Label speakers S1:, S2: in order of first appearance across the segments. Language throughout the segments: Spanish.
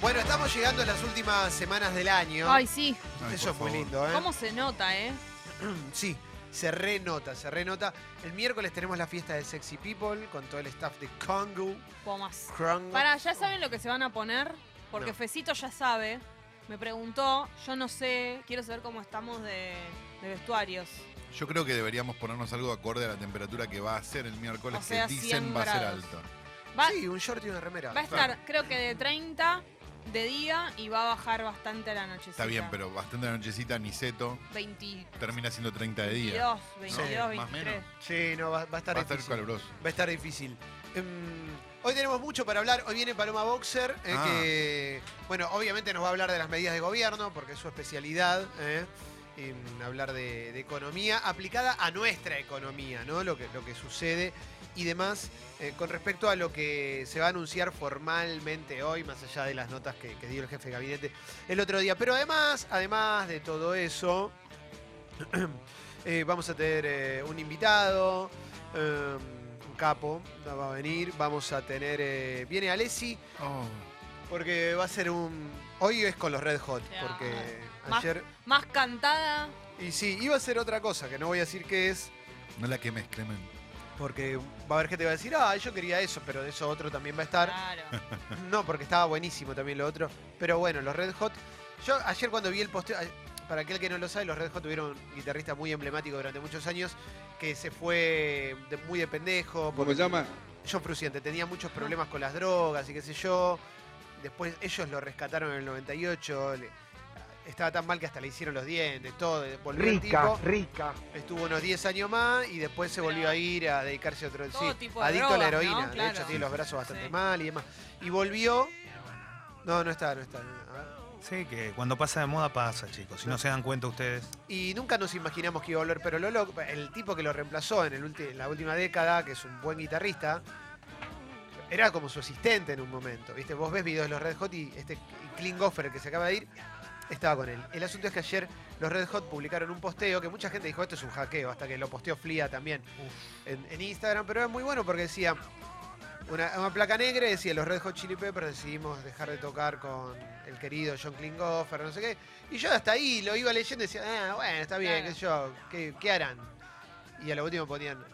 S1: Bueno, estamos llegando a las últimas semanas del año.
S2: Ay, sí.
S3: Ay,
S1: Eso es
S3: por
S1: muy
S3: favor.
S1: lindo, ¿eh?
S2: ¿Cómo se nota, eh?
S1: Sí, se renota, se renota. El miércoles tenemos la fiesta de Sexy People con todo el staff de Congo.
S2: Pomas.
S1: Congo.
S2: Para, ¿ya saben lo que se van a poner? Porque
S1: No.
S2: Fecito ya sabe. Me preguntó, yo no sé, quiero saber cómo estamos de, de vestuarios.
S3: Yo creo que deberíamos ponernos algo acorde a la temperatura que va a ser el miércoles,
S2: O sea,
S3: que
S2: 100
S3: dicen va a ser
S2: grados.
S3: alta.
S2: Va,
S1: Sí, un short y una remera.
S2: va a estar, creo que de 30 de día y va a bajar bastante a la noche.
S3: Está bien, pero bastante la nochecita, Niceto,
S2: 22,
S3: termina siendo 30 de día.
S2: 22,
S3: Sí, más o
S2: 23.
S3: menos.
S1: Sí, no, va, va a estar
S3: Va a estar
S1: difícil.
S3: caluroso.
S1: Va a estar difícil. Em, hoy tenemos mucho para hablar. Hoy viene Paloma Boxer, eh,
S3: Ah.
S1: que, bueno, obviamente nos va a hablar de las medidas de gobierno, porque es su especialidad, eh, en hablar de, de economía aplicada a nuestra economía, ¿no? Lo que, lo que sucede y demás. Eh, con respecto a lo que se va a anunciar formalmente hoy, más allá de las notas que, que dio el jefe de gabinete el otro día. Pero además, además de todo eso, eh, vamos a tener eh, un invitado, eh, un capo, va a venir, vamos a tener, eh, viene Alessi,
S3: Oh,
S1: porque va a ser un... Hoy es con los Red Hot,
S2: Ya.
S1: porque
S2: Más-
S1: ayer...
S2: Más cantada.
S1: Y sí, iba a ser otra cosa, que no voy a decir qué es,
S3: no la quemes, Clemen.
S1: porque va a haber gente que va a decir, ah, yo quería eso, pero de eso otro también va a estar.
S2: Claro.
S1: No, porque estaba buenísimo también lo otro. Pero bueno, los Red Hot. Yo ayer cuando vi el posteo, a- para aquel que no lo sabe, los Red Hot tuvieron un guitarrista muy emblemático durante muchos años que se fue de- muy de pendejo.
S4: ¿Cómo se llama?
S1: John Fruciante tenía muchos problemas con las drogas y qué sé yo. Después ellos lo rescataron en el 98. le- estaba tan mal que hasta le hicieron los dientes, todo. Volvió el tipo,
S5: rica.
S1: estuvo unos 10 años más y después se
S2: Pero-
S1: volvió a ir a dedicarse a otro.
S2: Todo tipo de
S1: adicto a la
S2: drogas, ¿no?
S1: heroína. De
S2: Claro.
S1: hecho, tiene los brazos bastante
S2: Sí.
S1: mal y demás. Y volvió. No, no está, no está. A ver.
S6: Sí, que cuando pasa de moda pasa, chicos. Si no se dan cuenta ustedes.
S1: Y nunca nos imaginamos que iba a volver, pero lo loco- el tipo que lo reemplazó en, el ulti- en la última década, que es un buen guitarrista, era como su asistente en un momento. ¿Viste? Vos ves videos de los Red Hot y este y Klinghoffer que se acaba de ir, estaba con él. El asunto es que ayer los Red Hot publicaron un posteo que mucha gente dijo, esto es un hackeo, hasta que lo posteó Flia también en, en Instagram, pero era muy bueno porque decía, una, una placa negra y decía, los Red Hot Chili Peppers decidimos dejar de tocar con el querido John Klinghoffer, no sé qué. Y yo hasta ahí lo iba leyendo y decía, ah, bueno, está bien,
S2: Claro.
S1: qué sé yo, ¿qué, qué harán? Y a lo último ponían,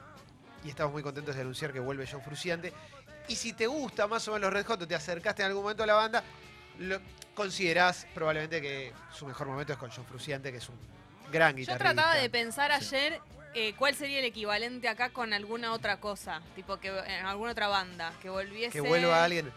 S1: y estamos muy contentos de anunciar que vuelve John Fruciante. Y si te gusta más o menos los Red Hot, o te acercaste en algún momento a la banda, lo, considerás probablemente que su mejor momento es con John Fruciante, que es un gran
S2: Yo
S1: guitarrista.
S2: trataba de pensar ayer eh, cuál sería el equivalente acá con alguna otra cosa, tipo que en alguna otra banda, que volviese.
S1: Que vuelva alguien.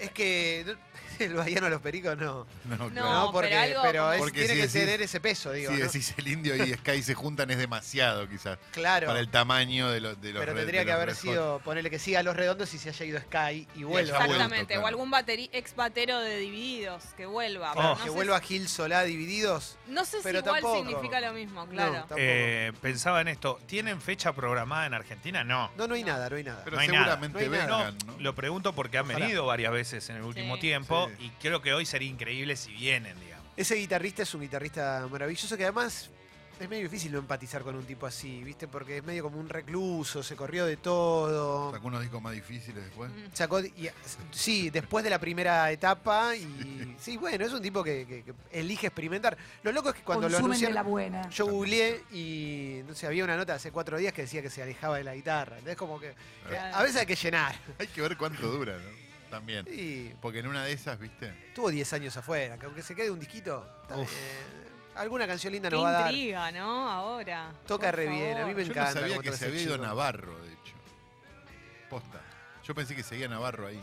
S1: Es que el Bahiano de los Pericos no.
S3: No, claro.
S2: No,
S1: No, porque,
S2: pero algo como-
S1: es-
S3: Porque
S1: tiene
S3: si
S1: que
S3: decís-
S1: tener ese peso, digo.
S3: si
S1: ¿no?
S3: decís el indio y Sky se juntan es demasiado, quizás.
S1: claro.
S3: Para el tamaño de, los de los
S1: pero
S3: Red-
S1: tendría
S3: de
S1: que
S3: los
S1: haber
S3: Red Hot.
S1: sido ponerle que siga a los redondos y se haya ido Sky y vuelva.
S3: vuelto,
S2: Exactamente,
S3: claro.
S2: o algún bateri- ex batero de Divididos, que vuelva. pero
S6: Oh.
S2: no
S1: que
S2: sé
S1: vuelva Gil Solá divididos.
S2: si- No sé si
S1: pero
S2: igual
S1: tampoco.
S2: significa lo mismo,
S1: No,
S2: claro.
S1: tampoco.
S6: Eh, pensaba en esto. ¿Tienen fecha programada en Argentina? No.
S1: No, no hay nada, no hay nada.
S3: Pero
S6: No hay nada,
S1: no
S3: seguramente
S1: hay nada.
S3: vengan, ¿no?
S6: Lo pregunto porque han
S1: Ojalá.
S6: venido varias veces en el último
S2: Sí.
S6: tiempo
S3: Sí.
S6: y creo que hoy sería increíble si vienen, digamos.
S1: Ese guitarrista es un guitarrista maravilloso que además es medio difícil no empatizar con un tipo así, ¿viste? Porque es medio como un recluso, se corrió de todo.
S3: Sacó unos discos más difíciles después.
S2: Mm.
S1: Sacó, y- sí, después de la primera etapa y sí, bueno, es un tipo que, que- que elige experimentar. Lo loco es que cuando lo
S7: Consumen de
S1: anunciaron,
S7: la buena.
S1: yo googleé y no sé, había una nota hace cuatro días que decía que se alejaba de la guitarra. Entonces como que
S2: Claro.
S1: a veces hay que llenar.
S3: Hay que ver cuánto dura, ¿no? También.
S1: Y
S3: Porque en una de esas, ¿viste?
S1: tuvo 10 años afuera, que aunque se quede un disquito, está
S3: Uf.
S1: bien. alguna canción linda
S2: Qué
S1: nos va a dar.
S2: intriga, ¿no? Ahora.
S1: Toca
S2: por
S1: re bien, a mí me
S2: favor.
S3: Yo
S1: encanta.
S3: no sabía
S1: cómo
S3: que
S1: toca
S3: se
S1: ese
S3: había ido
S1: chico.
S3: Navarro, de hecho. Posta. Yo pensé que seguía Navarro ahí.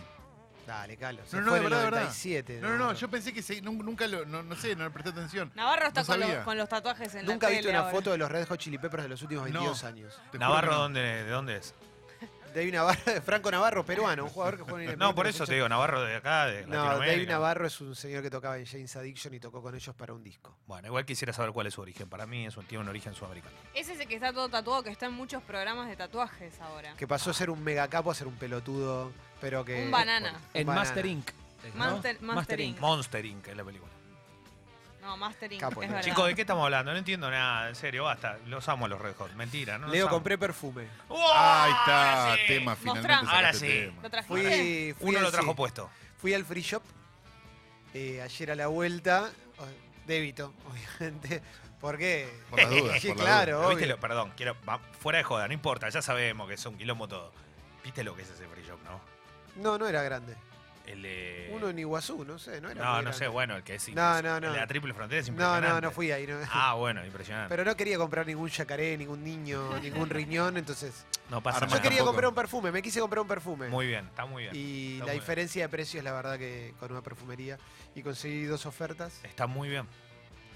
S1: Dale, Carlos.
S3: No,
S1: no,
S3: no,
S1: fue
S3: de
S1: en el
S3: verdad, de verdad.
S1: 97.
S3: No, no, no, yo pensé que seguía. Nunca lo. No, no sé, no le presté atención.
S2: Navarro está
S3: No
S2: con, los,
S3: sabía.
S2: con los tatuajes en
S1: Nunca
S2: la
S1: he visto
S2: tele
S1: una
S2: ahora.
S1: foto de los Red Hot Chili Peppers de los últimos 22 años.
S3: Te juro
S6: ¿Navarro
S3: que no.
S6: dónde, de dónde es?
S1: David Navarro, de Franco Navarro, peruano, un jugador que juega en el
S6: No, por eso te digo, Navarro de acá, de
S1: No, David
S6: Latinoamérica.
S1: Navarro es un señor que tocaba en James Addiction y tocó con ellos para un disco.
S6: Bueno, igual quisiera saber cuál es su origen. Para mí es un, tiene un origen sudamericano.
S2: Es ese que está todo tatuado, que está en muchos programas de tatuajes ahora.
S1: Que pasó a ser un megacapo a ser un pelotudo, pero que.
S2: Un banana.
S5: En
S1: banana.
S5: Master Inc.
S2: Master- Master Inc.
S6: Monster Inc. es la película.
S2: No, Mastering,
S1: Capo,
S2: es
S1: ¿no?
S2: verdad.
S6: Chicos, ¿de qué estamos hablando? No entiendo nada, en serio, basta. Los amo a los Red Hot. Mentira, ¿no? los
S1: Leo,
S6: amo.
S1: compré perfume.
S6: ¡Oh!
S3: Ahí está,
S6: Ahora sí.
S3: tema
S2: Mostrá.
S3: finalmente. sacaste este
S6: Ahora sí.
S3: tema.
S2: ¿Lo trajiste?
S1: Fui, fui
S6: Uno
S1: al-
S6: lo trajo
S1: sí,
S6: puesto.
S1: Fui al free shop eh, ayer a la vuelta, o- débito, obviamente, porque...
S3: Por las dudas,
S1: Sí,
S3: por las
S1: claro,
S6: Pero viste
S1: obvio.
S6: lo- perdón, quiero, va- fuera de joda, no importa, ya sabemos que es un quilombo todo. ¿Viste lo que es ese free shop, no?
S1: No, no era grande.
S6: El de...
S1: Uno en Iguazú, no sé, no era
S6: Eh. No,
S1: muy
S6: no sé,
S1: grande.
S6: bueno, el que es
S1: No, no, no.
S6: El de la triple frontera es
S1: No,
S6: impresionante.
S1: no, no fui ahí. no.
S6: Ah, bueno, impresionante.
S1: Pero no quería comprar ningún yacaré, ningún niño, ningún riñón, entonces...
S6: no pasa
S3: Armas
S1: Yo
S6: nada.
S1: quería
S3: tampoco.
S1: comprar un perfume, me quise comprar un perfume.
S6: Muy bien, está muy bien.
S1: Y
S6: Está
S1: la
S6: muy bien.
S1: diferencia de precios, la verdad, que con una perfumería. Y conseguí dos ofertas.
S6: Está muy bien.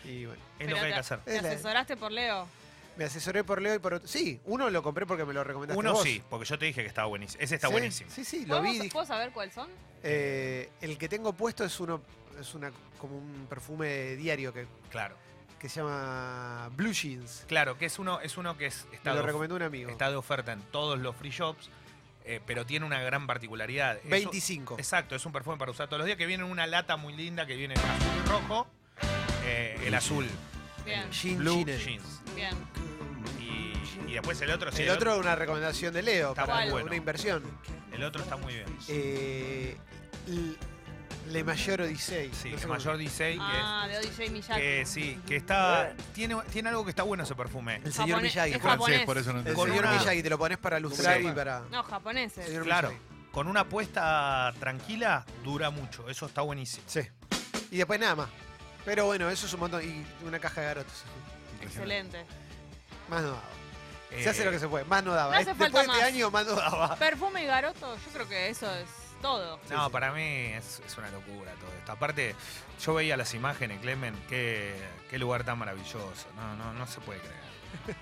S1: Y bueno,
S6: Es
S2: Pero
S6: lo que hay
S2: te-
S6: que hacer.
S2: ¿Te
S1: Es la-
S2: asesoraste por Leo?
S1: me asesoré por Leo y por otro. Sí, uno lo compré porque me lo recomendaste.
S6: Uno
S1: vos.
S6: sí, porque yo te dije que estaba buenísimo. Ese está
S1: Sí,
S6: buenísimo.
S1: Sí, sí, lo
S2: ¿Puedo,
S1: vi. dije,
S2: ¿Puedo saber cuáles son?
S1: eh, el que tengo puesto es uno es una como un perfume diario que,
S6: Claro.
S1: que se llama Blue Jeans.
S6: Claro, que es uno, es uno que es,
S1: Me
S6: está,
S1: lo
S6: de, of-
S1: recomendó un amigo.
S6: está de oferta en todos los free shops, eh, pero tiene una gran particularidad. Es un-
S1: 25.
S6: exacto, es un perfume para usar todos los días que viene en una lata muy linda que viene en azul y rojo, eh, el azul,
S2: Bien,
S1: Jean
S6: blue
S1: Jeans.
S6: jeans.
S2: bien.
S6: Y, y después el otro, sí,
S1: El otro es una recomendación de Leo
S6: Está
S1: para
S2: muy
S6: bueno.
S1: una inversión.
S6: el otro está muy bien.
S1: Eh, L- Le Mayor Odyssey.
S6: Sí,
S1: No sé
S6: el
S1: cómo-
S6: mayor Disey que es-
S2: Ah, de OJ Miyake.
S6: que sí, que está. Tiene, tiene algo que está bueno ese perfume.
S1: El señor
S2: Japonés-
S1: Miyagi.
S2: es
S1: El
S3: Francés,
S2: japonés.
S3: por eso no entendí.
S6: Con
S1: señor
S6: una-
S1: Miyagi, te lo pones para lustrar
S6: Sí.
S1: y para...
S2: No, japoneses.
S1: Señor
S6: Claro.
S1: Miyagi.
S6: Con una apuesta tranquila dura mucho. Eso está buenísimo.
S1: Sí. Y después nada más. Pero bueno, eso es un montón. Y una caja de garotos.
S2: Excelente.
S1: Más no daba.
S6: Eh,
S1: Se hace lo que se puede. Más no daba.
S2: no hace
S1: Este- Después
S2: falta
S1: de
S2: más.
S1: este año, más no daba.
S2: Perfume y garoto, yo creo que eso es todo.
S6: No,
S1: Sí, sí.
S6: para mí es, es una locura todo esto. Aparte, yo veía las imágenes, Clemen, qué, qué lugar tan maravilloso. No, no, no se puede creer.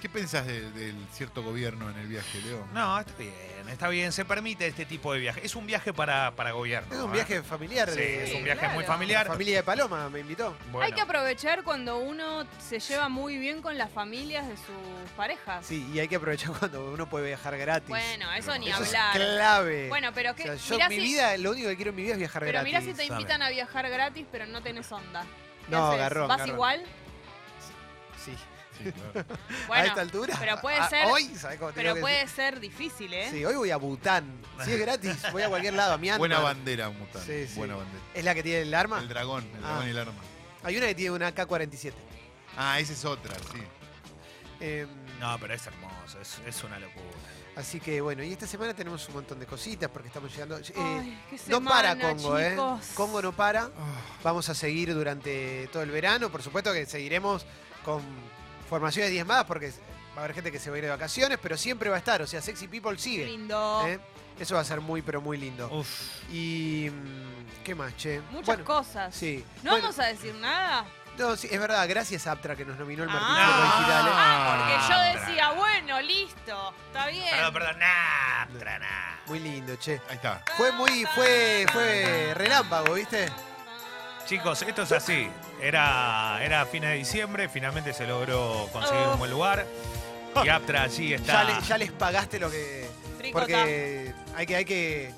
S3: ¿Qué pensás de- del cierto gobierno en el viaje, Leo?
S6: No, está bien, está bien. Se permite este tipo de viaje. Es un viaje para, para gobierno.
S1: Es un
S6: ¿eh?
S1: viaje familiar.
S6: Sí,
S1: de-
S6: es un
S2: Sí,
S6: viaje muy
S2: claro.
S1: La
S6: familiar.
S1: familia de Paloma me invitó.
S6: Bueno,
S2: Hay que aprovechar cuando uno se lleva muy bien con las familias de sus parejas.
S1: Sí, y hay que aprovechar cuando uno puede viajar gratis.
S2: Bueno, eso ni
S1: Eso
S2: hablar.
S1: es clave.
S2: Bueno, pero
S1: O
S2: que
S1: sea, yo
S2: mirá
S1: mi
S2: si-
S1: vida, lo único que quiero en mi vida es viajar
S2: pero
S1: gratis.
S2: mirá si te
S6: sabe.
S2: invitan a viajar gratis, pero no tenés onda. ¿Qué
S1: No,
S2: haces?
S1: garrón,
S2: ¿Vas
S1: garrón.
S2: igual?
S1: Sí.
S3: Sí, claro.
S1: a
S2: Bueno,
S1: esta altura.
S2: pero puede
S1: a-
S2: ser-
S1: Hoy, ¿sabes cómo te digo
S2: pero
S1: que
S2: puede ser difícil, ¿eh?
S1: Sí, hoy voy a Bután. Si es gratis, voy a cualquier lado, a Myanmar.
S3: Buena bandera, Mután.
S1: Sí, sí.
S3: Buena bandera.
S1: ¿Es la que tiene el arma?
S3: El dragón, el
S1: Ah.
S3: dragón y el arma.
S1: Hay una que tiene una K-47.
S3: Ah, esa es otra, sí.
S1: Em,
S6: No, pero es hermoso. Es, es una locura.
S1: Así que bueno, y esta semana tenemos un montón de cositas porque estamos llegando. eh,
S2: Ay, qué
S1: no para
S2: semana,
S1: Congo,
S2: chicos.
S1: ¿eh? Congo no para.
S3: Ah,
S1: Vamos a seguir durante todo el verano. Por supuesto que seguiremos con formaciones diezmadas porque va a haber gente que se va a ir de vacaciones, pero siempre va a estar. O sea, Sexy People
S2: Qué
S1: sigue.
S2: Lindo.
S1: ¿eh? Eso va a ser muy, pero muy lindo.
S6: Uf.
S1: Y. mm, ¿Qué más, che?
S2: Muchas
S1: Bueno,
S2: cosas.
S1: Sí.
S2: ¿No
S1: Bueno,
S2: vamos a decir nada?
S1: no, sí, es verdad, gracias a Aptra que nos nominó el Martín
S2: Ah.
S1: Fierro Digital. ¿eh?
S2: Ah,
S6: Ah,
S2: porque yo decía, bueno, listo, está bien.
S6: Perdón, perdón. Nah, tra, nah.
S1: ¿eh? Muy lindo, che.
S3: Ahí está.
S1: Fue muy, fue, fue relámpago, ¿viste?
S6: Chicos, eh, esto es así. Era, era a fines de diciembre, finalmente se logró conseguir un buen lugar. Y Aptra allí
S1: Ya,
S6: está.
S1: le- ya les pagaste lo que.
S2: Tricota.
S1: Porque hay que, hay que.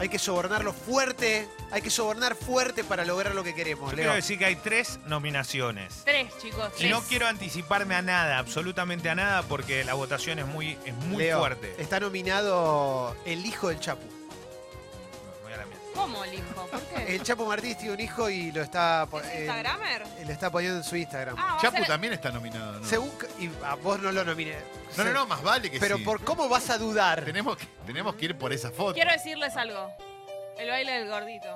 S1: Hay que sobornarlo fuerte. Hay que sobornar fuerte para lograr lo que queremos,
S6: Yo
S1: Leo.
S6: quiero decir que hay tres nominaciones.
S2: Tres, chicos,
S6: Y
S2: tres.
S6: no quiero anticiparme a nada, absolutamente a nada, porque la votación es muy, es muy
S1: Leo,
S6: fuerte.
S1: Está nominado el hijo del Chapu.
S6: Me voy a la mierda.
S2: ¿Cómo el hijo? ¿Por qué?
S1: El Chapu Martínez tiene un hijo y lo está. po-
S2: ¿Es
S1: eh,
S2: Instagramer?
S1: lo está poniendo en su Instagram.
S2: Ah, va a
S3: Chapu
S2: ser-
S3: también está nominado, ¿no?
S1: Según que- y a vos no lo nomines.
S3: No, no, no, más vale que
S1: Pero
S3: sí.
S1: por cómo vas a dudar.
S3: Tenemos que, tenemos que ir por esa foto.
S2: Quiero decirles algo. El baile del gordito.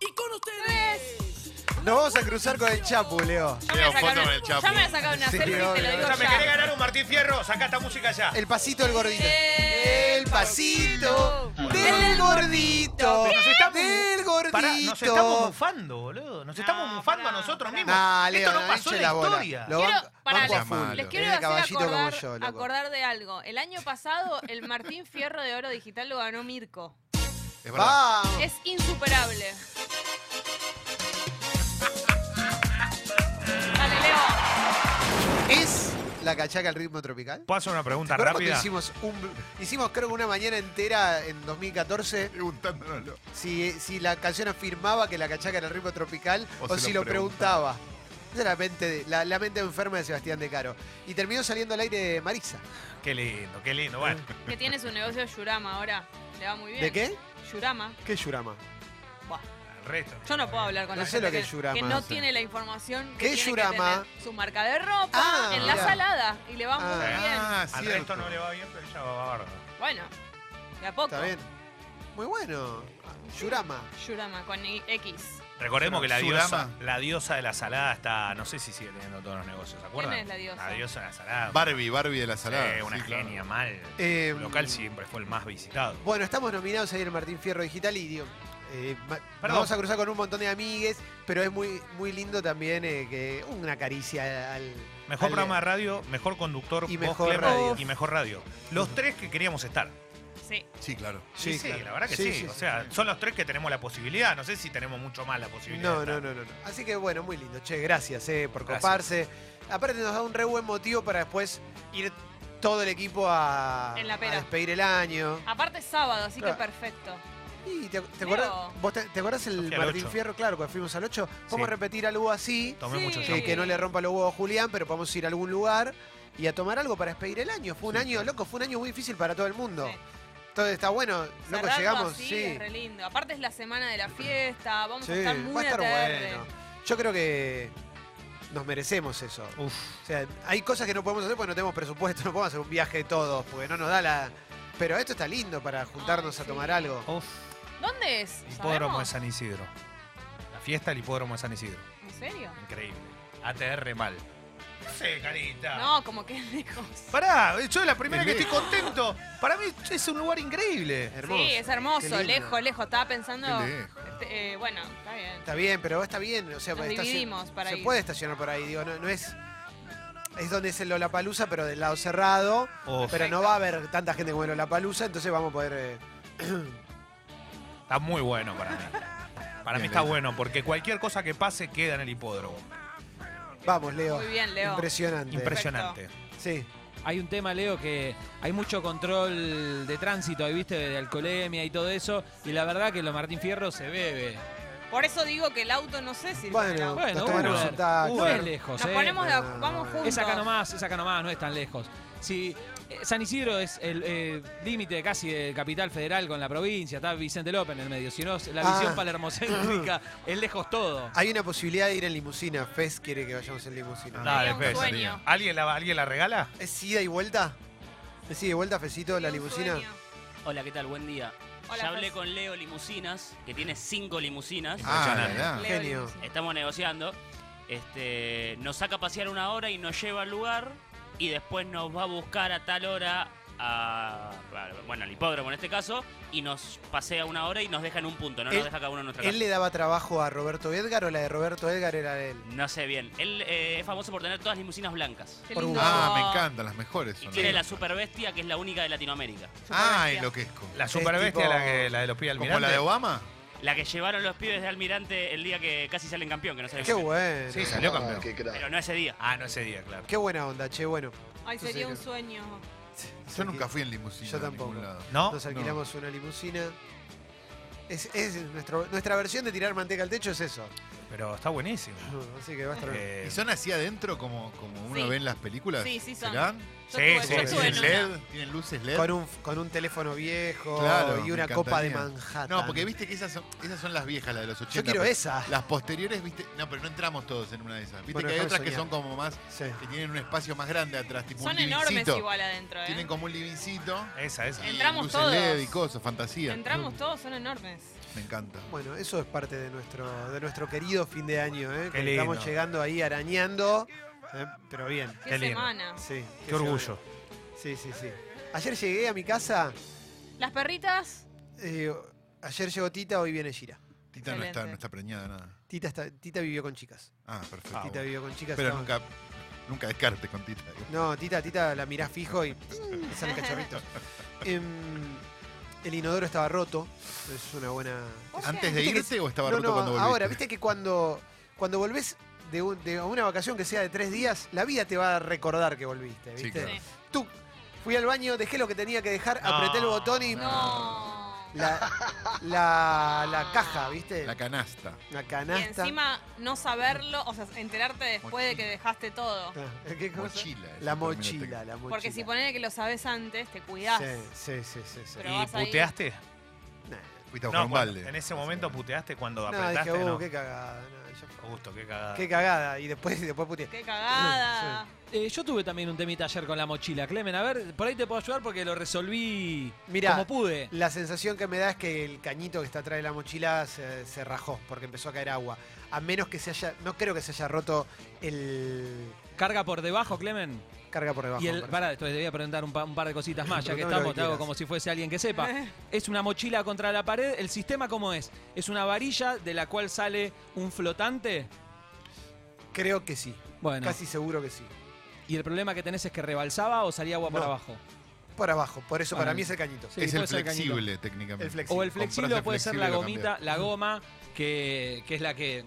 S4: Y con ustedes.
S1: Nos vamos a cruzar con el Chapu, Leo.
S2: Yo me
S3: Leo,
S2: voy a sacar
S3: foto con
S2: una,
S3: el Chapo.
S2: yo me voy a sacar una
S1: Sí,
S2: selfie y te lo
S1: obvio.
S2: digo
S1: Escúchame,
S6: ¿Me
S2: ya.
S6: querés ganar un Martín Fierro? Sacá esta música ya.
S1: El pasito del gordito.
S2: El
S1: El pasito del gordito.
S6: Pero nos estamos-
S1: Del
S6: Pará, nos estamos
S1: gordito.
S6: mufando, boludo. Nos estamos
S2: No,
S6: mufando
S2: pará,
S6: a nosotros
S2: pará.
S6: mismos.
S1: Nah,
S6: Esto
S1: Leo,
S6: no
S1: no
S6: pasó
S1: Ah, hinche
S6: en
S1: la
S6: la
S1: bola.
S6: historia.
S1: Lo
S2: Quiero-
S1: banco-
S2: pará,
S1: banco a
S3: les-
S1: full.
S2: Les
S3: Claro.
S2: quiero
S1: Viene
S2: hacer
S1: caballito como
S2: acordar,
S1: yo, loco.
S2: acordar de algo. El año pasado, el Martín Fierro de Oro Digital lo ganó Mirko.
S3: Es verdad.
S1: Vamos.
S2: Es insuperable. Dale, Leo.
S1: ¿Es la cachaca al ritmo tropical?
S6: ¿Puedo hacer una pregunta
S1: ¿Recuerdan cuando
S6: rápida?
S1: Hicimos, un, hicimos creo que una mañana entera en 2014
S3: Preguntándonoslo.
S1: si, si la canción afirmaba que la cachaca era el ritmo tropical o,
S3: O se
S1: si lo
S3: lo
S1: preguntaba. Esa es la mente, de- la, la mente enferma de Sebastián De Caro. Y terminó saliendo al aire de Marisa.
S6: Qué lindo, qué lindo. Bueno,
S2: Que tiene su negocio Yurama ahora. Le va muy bien.
S1: ¿De qué?
S2: Yurama.
S1: ¿Qué Yurama?
S2: Buah.
S6: Resto.
S2: Yo no puedo hablar con
S1: No
S2: la
S1: sé
S2: gente
S1: lo que es Yurama
S2: que no
S1: hace.
S2: tiene la información
S1: ¿Qué
S2: que
S1: es
S2: tiene que
S1: Yurama?
S2: tener. Su marca de ropa
S1: Ah,
S2: en la
S1: mirá.
S2: salada y le va
S1: Ah.
S2: muy bien.
S3: Ah,
S6: Al
S3: cierto.
S6: resto no le va bien, pero ella va a bardo.
S2: Bueno, de a poco.
S1: Está bien. Muy bueno. Yurama.
S2: Yurama con I- X.
S6: Recordemos que la
S3: Surama.
S6: diosa, la diosa de la salada está, no sé si sigue teniendo todos los negocios, ¿se acuerdan?
S2: ¿Quién es la diosa?
S6: La diosa de la salada.
S3: Barbie, Barbie de la salada.
S6: Sí, una
S3: sí, claro.
S6: genia mal.
S1: Eh,
S6: Su local siempre fue el más visitado.
S1: Bueno, estamos nominados a ir al Martín Fierro Digital y digo, eh, ma- nos vamos a cruzar con un montón de amigues, pero es muy, muy lindo también eh, que una caricia al.
S6: Mejor
S1: al-
S6: programa de radio, mejor conductor,
S1: Y
S6: vos,
S1: mejor
S6: Clemen,
S1: radio.
S6: y mejor radio. Los tres que queríamos estar.
S2: Sí.
S3: Sí, claro.
S1: Sí,
S6: Y sí,
S1: claro.
S6: la verdad que sí.
S1: Sí, sí,
S6: o
S1: sí,
S6: sea,
S3: sí.
S6: son los tres que tenemos la posibilidad. No sé si tenemos mucho más la posibilidad.
S1: No,
S6: de
S1: no,
S6: estar.
S1: no, no, no. Así que bueno, muy lindo. Che, gracias eh, por
S6: Gracias.
S1: coparse. Aparte nos da un re buen motivo para después ir todo el equipo a,
S2: En la
S1: a
S2: pera.
S1: despedir el año.
S2: Aparte es sábado, así
S1: Claro.
S2: que perfecto.
S1: Y te, te
S2: Pero-
S1: acordás, vos te, te acordás
S6: Yo
S1: el
S6: fui al
S1: Martín
S6: ocho.
S1: Fierro? Claro, cuando fuimos al 8. Podemos
S6: Sí.
S1: repetir algo así,
S6: Tomé
S2: Sí.
S6: mucho
S1: que,
S6: yo.
S1: que no le rompa los huevos a Julián, pero podemos ir a algún lugar y a tomar algo para despedir el año. Fue un
S3: Sí,
S1: año, loco, fue un año muy difícil para todo el mundo.
S2: Sí.
S1: Entonces está bueno, loco,
S2: Cerrarlo
S1: llegamos,
S2: así
S1: sí.
S2: es re lindo. Aparte es la semana de la fiesta, vamos
S1: Sí,
S2: a estar muy
S1: va a estar
S2: tarde.
S1: bueno. Yo creo que nos merecemos eso.
S6: Uf,
S1: O sea, hay cosas que no podemos hacer porque no tenemos presupuesto, no podemos hacer un viaje de todos, porque no nos da la. Pero esto está lindo para juntarnos
S2: Ay,
S1: a
S2: sí.
S1: tomar algo.
S6: uf.
S2: ¿Dónde es?
S6: Hipódromo de
S2: ¿Sabemos?
S6: San Isidro. La fiesta del hipódromo de San Isidro.
S2: ¿En serio?
S6: Increíble. ATR mal. No sé, carita.
S2: No, como que es lejos.
S6: Pará, yo soy la primera
S1: Es
S6: que estoy
S1: lejos.
S6: contento. Para mí es un lugar increíble.
S1: Hermoso.
S2: sí, es
S1: Qué
S2: hermoso,
S1: lindo.
S2: lejos, lejos. Estaba pensando.
S3: Qué lejos.
S2: este, eh, bueno, está bien.
S1: Está bien, pero está bien. O sea,
S2: Nos
S1: estacion-
S2: dividimos para
S1: se
S2: ir.
S1: puede estacionar por ahí, digo, no, no es. Es donde es el Lollapalooza, pero del lado cerrado.
S6: Uf,
S1: Pero no va a haber tanta gente como el Lollapalooza, entonces vamos a poder. eh,
S6: está muy bueno para mí. Para mí
S3: Bien,
S6: está
S3: bien.
S6: bueno, porque cualquier cosa que pase queda en el hipódromo.
S1: Vamos, Leo.
S2: Muy bien, Leo.
S1: Impresionante.
S6: Impresionante.
S1: Sí.
S5: Hay un tema, Leo, que hay mucho control de tránsito, ahí viste, de alcoholemia y todo eso. Y la verdad que lo Martín Fierro se bebe.
S2: Por eso digo que el auto no sé si.
S1: Bueno,
S5: Bueno,
S1: nos tomaremos
S5: Uber.
S1: un taxi.
S5: No es lejos,
S2: Nos
S5: eh.
S2: ponemos de ac-
S1: No.
S2: vamos juntos.
S5: Es acá nomás, es acá nomás, no es tan lejos. Si eh, San Isidro es el eh, límite casi de capital federal con la provincia, está Vicente López en el medio. Si no, la
S1: Ah.
S5: visión palermocéntrica es lejos todo.
S1: Hay una posibilidad de ir en limusina. Fez quiere que vayamos en limusina.
S3: Ah.
S6: Dale,
S2: un
S6: Fez.
S2: sueño.
S6: ¿Alguien la, ¿Alguien la regala?
S1: ¿Es ida y vuelta? ¿Es ida y vuelta, Fecito, la
S2: Un
S1: limusina?
S2: sueño.
S7: Hola, ¿qué tal? Buen día.
S2: Hola,
S7: ya hablé
S2: José.
S7: con Leo Limusinas, que tiene cinco limusinas.
S3: Ah, la
S6: Impresionante.
S3: verdad.
S2: Leo
S1: Genio.
S2: limusina.
S7: Estamos negociando. Este, nos saca a pasear una hora y nos lleva al lugar y después nos va a buscar a tal hora a, a- bueno, al hipódromo en este caso y nos pasea una hora y nos deja en un punto, no
S1: Él-
S7: nos deja cada uno en nuestra
S1: ¿Él
S7: casa.
S1: le daba trabajo a Roberto Edgar o la de Roberto Edgar era de él?
S7: No sé bien. Él eh, es famoso por tener todas limusinas blancas.
S2: Qué
S1: Por
S2: lindo.
S3: Ah, me encantan, las mejores.
S7: Y
S3: son
S7: tiene la
S3: las-
S7: super bestia que es la única de Latinoamérica.
S3: Ah, enloquezco.
S6: La super bestia,
S1: tipo-
S6: la, que- la de los pies
S3: ¿Como
S6: almirantes.
S3: la de Obama?
S7: La que llevaron los pibes de Almirante el día que casi salen campeón, que no sabemos
S1: Qué
S7: quién.
S1: bueno.
S6: Sí, salió campeón.
S7: Pero no ese día.
S6: Ah, no ese día, claro.
S1: Qué buena onda, che, bueno.
S2: Ay,
S1: Sucedió.
S2: sería un sueño.
S3: Yo nunca fui en limusina.
S1: Yo
S3: en ningún
S1: tampoco.
S3: lado.
S6: ¿No?
S1: Nos alquilamos una limusina. Es, es nuestro- nuestra versión de tirar manteca al techo es eso.
S6: Pero está buenísimo.
S1: Así que va a estar bien.
S6: Eh,
S3: ¿Y son así adentro como, como uno
S2: Sí.
S3: ve en las películas?
S2: Sí, sí son.
S3: ¿Serán?
S2: Yo
S6: Sí,
S2: tuve-
S6: sí,
S2: yo
S1: sí,
S2: tuve
S3: ¿Tienen
S2: en
S1: sí.
S2: una.
S3: LED? ¿Tienen luces LED?
S1: con, un, con un teléfono viejo
S3: Claro,
S1: y
S3: me
S1: una copa de
S3: encantaría.
S1: Manhattan.
S3: No, porque viste que esas son, esas son las viejas, las de los 80.
S1: Yo quiero
S3: pero
S1: esa.
S3: Las posteriores, viste. No, pero no entramos todos en una de esas. Viste
S1: Bueno,
S3: que hay
S1: déjame
S3: otras que
S1: soñar.
S3: son como más.
S1: Sí.
S3: que tienen un espacio más grande atrás, tipo un
S2: Son enormes
S3: livingcito.
S2: igual adentro, ¿eh?
S3: Tienen como un livingcito.
S6: esa, esa.
S3: y
S2: Entramos
S3: luces
S2: todos.
S3: LED y cosas, fantasía.
S2: Entramos todos, son enormes.
S3: Me encanta.
S1: Bueno, eso es parte de nuestro, de nuestro querido fin de año, ¿eh?
S6: Qué
S1: Que estamos
S6: lindo.
S1: llegando ahí arañando, ¿eh? pero bien.
S2: Qué,
S6: Qué lindo.
S2: semana.
S1: Sí,
S6: Qué orgullo.
S1: Sí, sí, sí. Ayer llegué a mi casa,
S2: Las perritas,
S1: eh, ayer llegó Tita, hoy viene Gira.
S3: Tita no está,
S2: Excelente.
S3: no está preñada nada.
S1: Tita, está- Tita vivió con chicas.
S3: Ah, perfecto.
S6: Ah,
S1: Tita vivió con chicas.
S3: Pero
S1: no.
S3: nunca, nunca descarte con Tita. digo.
S1: No, Tita, Tita la mirás fijo y ¡ping! sale cachorrito. Em, el inodoro estaba roto, es una buena...
S2: ¿Por qué?
S3: ¿Antes de
S1: Viste que-
S3: irse o estaba
S1: No,
S3: roto
S1: no,
S3: cuando volviste?
S1: ahora, viste que cuando, cuando volvés de, un- de una vacación que sea de tres días, la vida te va a recordar que volviste,
S3: Sí,
S1: ¿viste?
S3: claro.
S2: Sí.
S1: Tú, fui al baño, dejé lo que tenía que dejar,
S6: No,
S1: apreté el botón y...
S2: no.
S1: La, la, la caja, ¿viste?
S3: La canasta.
S1: La
S2: Y
S1: canasta.
S2: encima no saberlo, o sea, enterarte después de que
S3: Mochila.
S2: dejaste todo.
S1: Ah, ¿Qué cosa?
S3: Mochila. este- es el
S1: La
S3: término
S1: mochila, la mochila.
S2: Porque si ponés que lo sabés antes, te cuidás.
S1: Sí, sí, sí, sí. sí.
S2: Pero
S6: ¿Y
S2: vas ahí.
S6: puteaste?
S1: Nah,
S3: Fuiste a buscar
S6: No,
S3: un
S6: cuando-
S3: balde.
S6: en ese momento puteaste cuando
S1: No, dije,
S6: apretaste.
S1: uh,
S6: no.
S1: qué cagada. no, y ya fue.
S6: Augusto, qué cagada.
S1: Qué cagada. Y después, y después puteé.
S2: Qué cagada.
S5: Eh, yo tuve también un temita ayer con la mochila, Clemen. A ver, por ahí te puedo ayudar porque lo resolví
S1: Mirá.
S5: como pude.
S1: La sensación que me da es que el cañito que está atrás de la mochila se, se rajó porque empezó a caer agua. A menos que se haya. No creo que se haya roto el.
S5: Carga por debajo, Clemen.
S1: Carga por debajo.
S5: Y
S1: me
S5: el,
S1: parece.
S5: pará, esto debía preguntar un, pa- un par de cositas más, ya que
S1: Preguntame lo
S5: estamos,
S1: que
S5: te hago
S1: quieras.
S5: como si fuese alguien que sepa. Es una mochila contra la pared. ¿El sistema cómo es? ¿Es una varilla de la cual sale un flotante?
S1: Creo que sí.
S5: Bueno,
S1: Casi seguro que sí.
S5: ¿y el problema que tenés es que rebalsaba o salía agua por
S1: No.
S5: abajo?
S1: Por abajo. Por eso
S5: Bueno.
S1: para mí es el cañito.
S5: Sí,
S3: es el
S5: puede ser cañito.
S3: flexible, técnicamente.
S1: El flexible.
S5: O el flexible
S3: Comprás
S5: o puede ser
S3: flexible
S5: la
S3: y lo
S5: gomita,
S3: cambiás.
S5: la goma, que, que es la que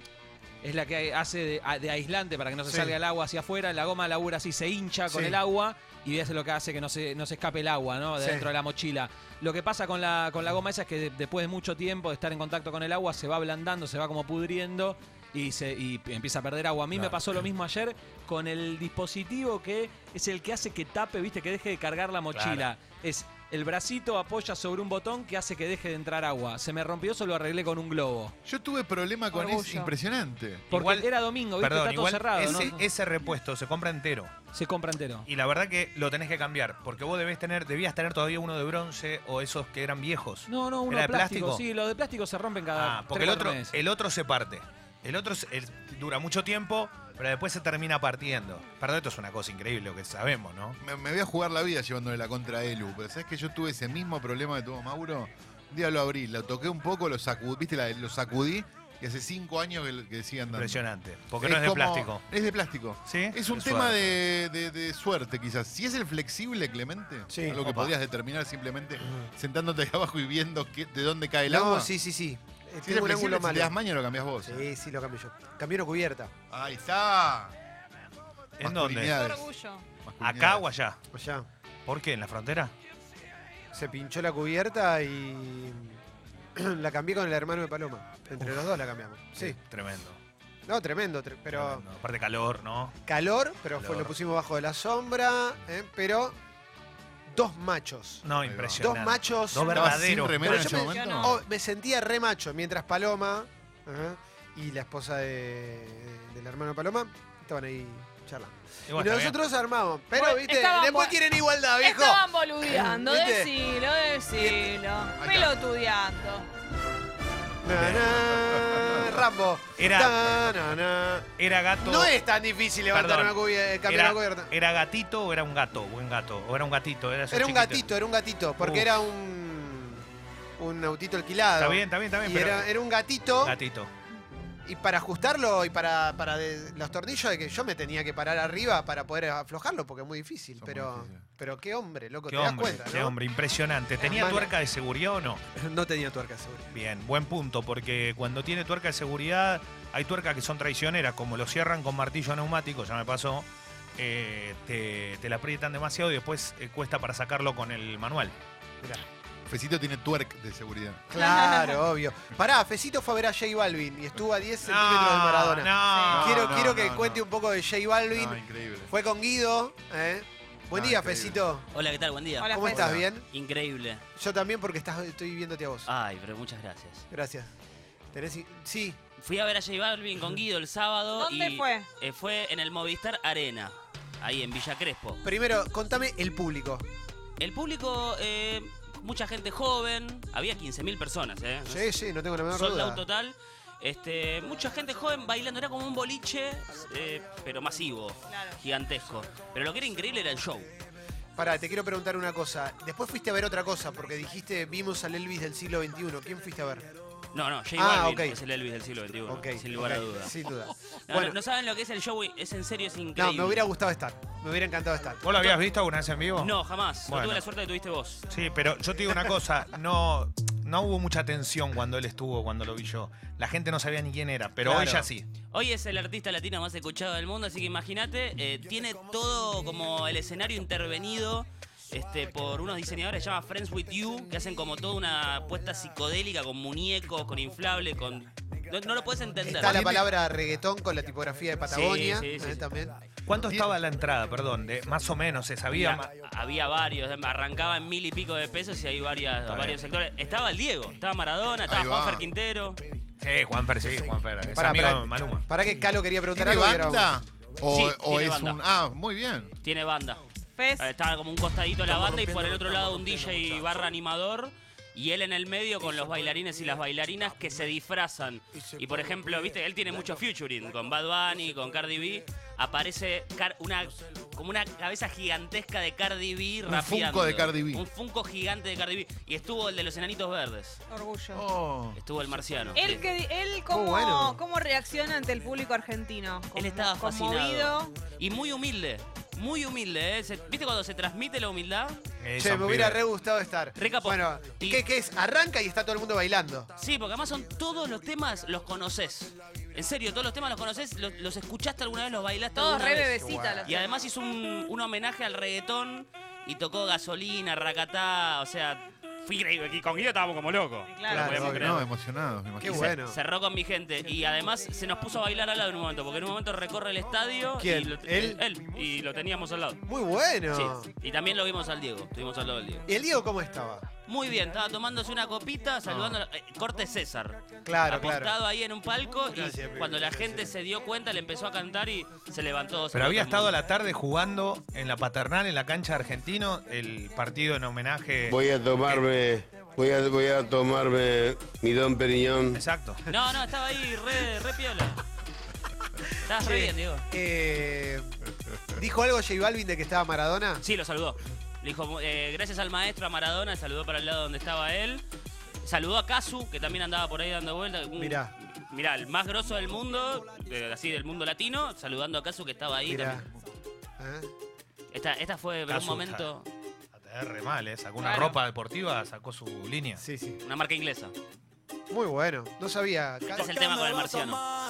S5: es la que hace de, a- de aislante para que no se
S1: Sí.
S5: salga el agua hacia afuera. La goma labura así, se hincha con
S1: Sí.
S5: el agua y eso es lo que hace que no se, no se escape el agua ¿no? de
S1: Sí.
S5: dentro de la mochila. Lo que pasa con la, con la goma esa es que de- después de mucho tiempo de estar en contacto con el agua se va ablandando, se va como pudriendo. Y, se, y empieza a perder agua. A mí me
S6: Claro.
S5: pasó lo mismo ayer con el dispositivo que es el que hace que tape, viste, que deje de cargar la mochila. Es el bracito apoya sobre un botón que hace que deje de entrar agua. Se me rompió, eso lo arreglé con un globo.
S3: Yo tuve problema con eso,
S2: Orgullo.
S3: impresionante.
S5: Porque
S6: Igual-
S5: era domingo, viste,
S6: Perdón,
S5: está todo
S6: igual
S5: cerrado,
S6: ese,
S5: ¿no?
S6: ese repuesto se compra entero.
S5: Se compra entero.
S6: Y la verdad que lo tenés que cambiar, porque vos debés tener, debías tener todavía uno de bronce o esos que eran viejos.
S5: No, no, uno
S6: ¿Era de
S5: plástico.
S6: plástico?
S5: Sí, los de plástico se rompen cada
S6: Ah, porque el
S5: tres, cuatro
S6: otro,
S5: meses.
S6: el otro se parte. El otro se- el- dura mucho tiempo, pero después se termina partiendo. Perdón, esto es una cosa increíble lo que sabemos, ¿no?
S3: Me, me voy a jugar la vida llevándole la contra a Elu, pero ¿sabes que yo tuve ese mismo problema que tuvo Mauro? Un día lo abrí, lo toqué un poco, lo sacudí, ¿viste? La- lo sacudí y hace cinco años que, que sigue andando.
S6: Impresionante. Porque no es de
S3: como-
S6: plástico.
S3: Es de plástico.
S6: ¿Sí?
S3: Es un
S6: De
S3: tema
S6: suerte.
S3: de, de- de suerte, quizás. Si es el flexible, Clemente,
S1: Sí.
S3: algo que
S6: Opa.
S3: podrías determinar simplemente sentándote ahí abajo y viendo qué- de dónde cae el
S1: no,
S3: agua.
S1: sí, sí, sí. Eh,
S3: Si es
S1: Tengo un
S3: flexible,
S1: ángulo
S3: si te das
S1: malo.
S3: maña, lo cambias vos.
S1: Sí, sí, lo cambié yo. Cambié una cubierta.
S3: Ahí está.
S6: ¿En dónde?
S2: Qué
S3: Masculinidades.
S2: orgullo.
S6: ¿Acá o allá?
S1: Allá.
S6: ¿Por qué? ¿En la frontera?
S1: Se pinchó la cubierta y. La cambié con el hermano de Paloma. Entre los dos la cambiamos. Sí.
S6: Tremendo.
S1: No, tremendo. tre- pero
S6: Tremendo. Aparte calor, ¿no?
S1: calor, pero fue,
S6: Calor.
S1: lo pusimos bajo de la sombra. ¿eh? Pero dos machos.
S3: Ahí va.
S6: No,
S1: Dos
S6: impresionante.
S1: machos.
S6: Dos
S3: ¿Estabas sin
S6: verdaderos.
S3: remera en
S1: Pero
S3: ese
S1: yo
S3: momento?
S2: me-
S1: Oh, me sentía re macho, mientras Paloma ajá, y la esposa de, del hermano de Paloma estaban ahí charlando.
S6: Y bueno,
S1: y
S6: está bien.
S1: nosotros armamos, pero
S2: Bueno,
S1: viste,
S2: estaban
S1: después
S2: bu-
S1: quieren igualdad, Ah, viejo.
S2: Estaban boludeando,
S1: ¿Viste?
S2: decilo, decilo.
S3: Ahí está.
S2: Pelotudeando.
S1: Na, na, Rambo.
S6: Era-
S1: Ta, na, na.
S6: Era gato.
S1: No es tan difícil levantar
S6: Perdón.
S1: una cubierta, cambiar
S6: era,
S1: una cubierta.
S6: ¿Era gatito o era un gato? Buen gato. O era un gatito. Era, esos
S1: Era un
S6: chiquitos.
S1: gatito, era un gatito, porque
S6: Uf.
S1: era un, un autito alquilado.
S6: Está bien, está bien, está bien.
S1: Y
S6: pero-
S1: era, era un gatito,
S6: Gatito.
S1: y para ajustarlo y para, para de- los tornillos de que yo me tenía que parar arriba para poder aflojarlo, porque es muy difícil.
S3: Son muy
S1: pero,
S3: difíciles.
S1: pero qué hombre, loco,
S6: Qué
S1: te
S6: hombre,
S1: das cuenta,
S6: qué
S1: ¿no?
S6: hombre, impresionante. ¿Tenía
S1: Hermano.
S6: tuerca de seguridad o no?
S1: No tenía tuerca seguro.
S6: Bien, buen punto, porque cuando tiene tuerca de seguridad, hay tuercas que son traicioneras, como lo cierran con martillo neumático, ya me pasó, eh, te, te la aprietan demasiado y después eh, cuesta para sacarlo con el manual.
S3: Fecito tiene twerk de seguridad.
S1: Claro, obvio. Pará, Fecito fue a ver a J Balvin y estuvo a 10 centímetros de Maradona.
S6: No,
S1: quiero
S3: no,
S1: quiero que
S3: no,
S1: cuente
S3: no.
S1: un poco de J Balvin.
S3: No, Ah, increíble.
S1: Fue con Guido. ¿eh? Buen
S3: No,
S1: día,
S3: increíble.
S1: Fecito.
S7: Hola, ¿qué tal? Buen día.
S2: Hola,
S1: ¿Cómo
S2: Fe.
S1: estás?
S3: Hola.
S1: ¿Bien?
S7: Increíble.
S1: Yo también porque estás, estoy viéndote a vos.
S3: Ah.
S7: Ay, pero muchas gracias.
S1: Gracias. ¿Tenés i- Sí,
S7: Fui a ver a J Balvin con Guido el sábado.
S2: ¿Dónde
S7: y,
S2: fue?
S7: eh, fue en el Movistar Arena, ahí en Villa Crespo.
S1: primero contame el público.
S7: El público, eh, mucha gente joven, había 15.000 personas, ¿eh?
S1: Sí, sí, no tengo la menor
S7: Sold out
S1: duda.
S7: total. Este, mucha gente joven bailando, era como un boliche, eh, pero masivo,
S2: Claro.
S7: gigantesco. Pero lo que era increíble era el show.
S1: Pará, te quiero preguntar una cosa. Después fuiste a ver otra cosa porque dijiste vimos al Elvis del siglo XXI. ¿Quién fuiste a ver?
S7: No, no, J
S1: Ah,
S7: Balvin
S1: ok.
S7: es el Elvis del siglo XXI,
S1: Ok,
S7: sin lugar
S1: ok,
S7: a dudas.
S1: Sin duda.
S7: No,
S1: Bueno.
S7: no- no saben lo que es el show, es en serio, es increíble.
S1: No, me hubiera gustado estar. Me hubiera encantado estar.
S6: ¿Vos lo habías visto alguna vez en vivo?
S7: No, jamás. No
S6: Bueno.
S7: tuve la suerte que tuviste vos.
S6: Sí, pero yo te digo una cosa, no, no hubo mucha tensión cuando él estuvo, cuando lo vi yo. La gente no sabía ni quién era, pero hoy
S1: Claro.
S6: ya sí.
S7: Hoy es el artista latino más escuchado del mundo, así que imagínate, eh, tiene todo como el escenario intervenido este, por unos diseñadores que se llama Friends with You, que hacen como toda una puesta psicodélica con muñecos, con inflable, con No, no lo puedes entender.
S1: Está la palabra reggaetón con la tipografía de Patagonia.
S7: Sí, sí, sí,
S1: ¿eh?
S7: sí.
S1: También.
S6: ¿Cuánto estaba la entrada, perdón? De, más o menos, se sabía.
S7: Había, había varios, arrancaba en mil y pico de pesos y hay varias,
S6: Está
S7: varios sectores. Estaba el Diego, estaba Maradona, estaba
S3: Ahí va.
S7: Juanfer Quintero.
S6: Sí, Juanfer, sí, Juanfer. Es
S1: Para,
S6: amigo
S1: para,
S6: de Maluma.
S1: que Calo quería preguntar
S3: ¿Tiene
S1: algo. y ahora
S3: banda? ¿O,
S7: Sí,
S3: o
S7: tiene
S3: es
S7: banda.
S3: un.? Ah, muy bien.
S7: Tiene banda.
S2: Fez,
S7: Eh, Estaba como un costadito la
S4: Estamos
S7: banda y por el
S4: rompiendo,
S7: otro
S4: estamos
S7: lado un
S4: rompiendo,
S7: DJ
S4: muchachos.
S7: barra animador. Y él en el medio con los bailarines y las bailarinas que se disfrazan. Y por ejemplo, viste, él tiene mucho featuring con Bad Bunny, con Cardi B. Aparece Car- una, como una cabeza gigantesca de Cardi B
S3: Un
S7: rapeando.
S3: Funko de Cardi B.
S7: Un funko gigante de Cardi B. Y estuvo el de los enanitos verdes.
S2: orgullo.
S3: Oh.
S7: Estuvo el marciano.
S2: Él, que, él cómo,
S1: Oh, bueno.
S2: cómo reacciona ante el público argentino.
S7: Él
S2: Como-
S7: estaba
S2: conmovido.
S7: fascinado. Y muy humilde. Muy humilde, ¿eh? Se- ¿Viste cuando se transmite la humildad?
S6: Eh,
S1: Che,
S6: son
S1: me hubiera re
S6: pibes.
S1: gustado estar.
S7: Re capo.
S1: Bueno,
S7: Y-
S1: ¿qué, qué es? Arranca y está todo el mundo bailando.
S7: Sí, porque además son todos los temas los conoces. En serio, todos los temas los conoces, los, los escuchaste alguna vez, los bailaste
S2: Todos
S7: alguna
S2: re
S7: vez.
S2: bebecita. los
S7: Y además hizo un, un homenaje al reggaetón y tocó gasolina, racatá, o sea, fue increíble. Y con Guido estábamos como locos.
S2: Claro.
S7: No lo podíamos
S1: Obvio,
S7: creer.
S3: No, emocionados, me
S1: Qué
S3: imagino.
S1: bueno.
S7: Cerró con mi gente y además se nos puso a bailar al lado en un momento, porque en un momento recorre el estadio y
S1: ¿Quién?
S7: lo,
S1: ¿Él?
S7: y lo teníamos al lado.
S1: Muy bueno.
S7: Sí. Y también lo vimos al Diego, estuvimos al lado del Diego.
S1: ¿Y el Diego cómo estaba?
S7: Muy bien, estaba tomándose una copita, saludando. eh, corte César.
S1: Claro,
S7: apostado
S1: claro.
S7: ahí en un palco y
S1: Gracias, pibe,
S7: cuando la gente se dio cuenta le empezó a cantar y se levantó. se
S6: Pero había
S7: levantó
S6: estado
S7: un
S6: a la tarde jugando en la paternal, en la cancha de argentino, el partido en homenaje.
S8: Voy a tomarme, voy a, voy a tomarme mi don Periñón.
S6: Exacto.
S7: montón. No, no, estaba ahí re, re piola. Estabas re bien, Diego.
S1: Eh, ¿Dijo algo J Balvin de que estaba Maradona?
S7: Sí, lo saludó. Le dijo, eh, gracias al maestro, a Maradona, saludó para el lado donde estaba él. Saludó a Casu, que también andaba por ahí dando vueltas. Un-
S1: Mirá.
S7: Mirá, el más grosso del mundo, de- así del mundo latino, saludando a Casu que estaba ahí
S1: Mirá.
S7: también.
S1: ¿Eh?
S7: Esta, esta fue pero un
S6: Cazzu,
S7: momento,
S6: ATR mal, ¿eh? Sacó una
S2: Claro.
S6: ropa deportiva, sacó su línea.
S1: Sí, sí.
S7: una marca inglesa.
S1: Muy bueno. No sabía.
S7: Este es el tema con el marciano.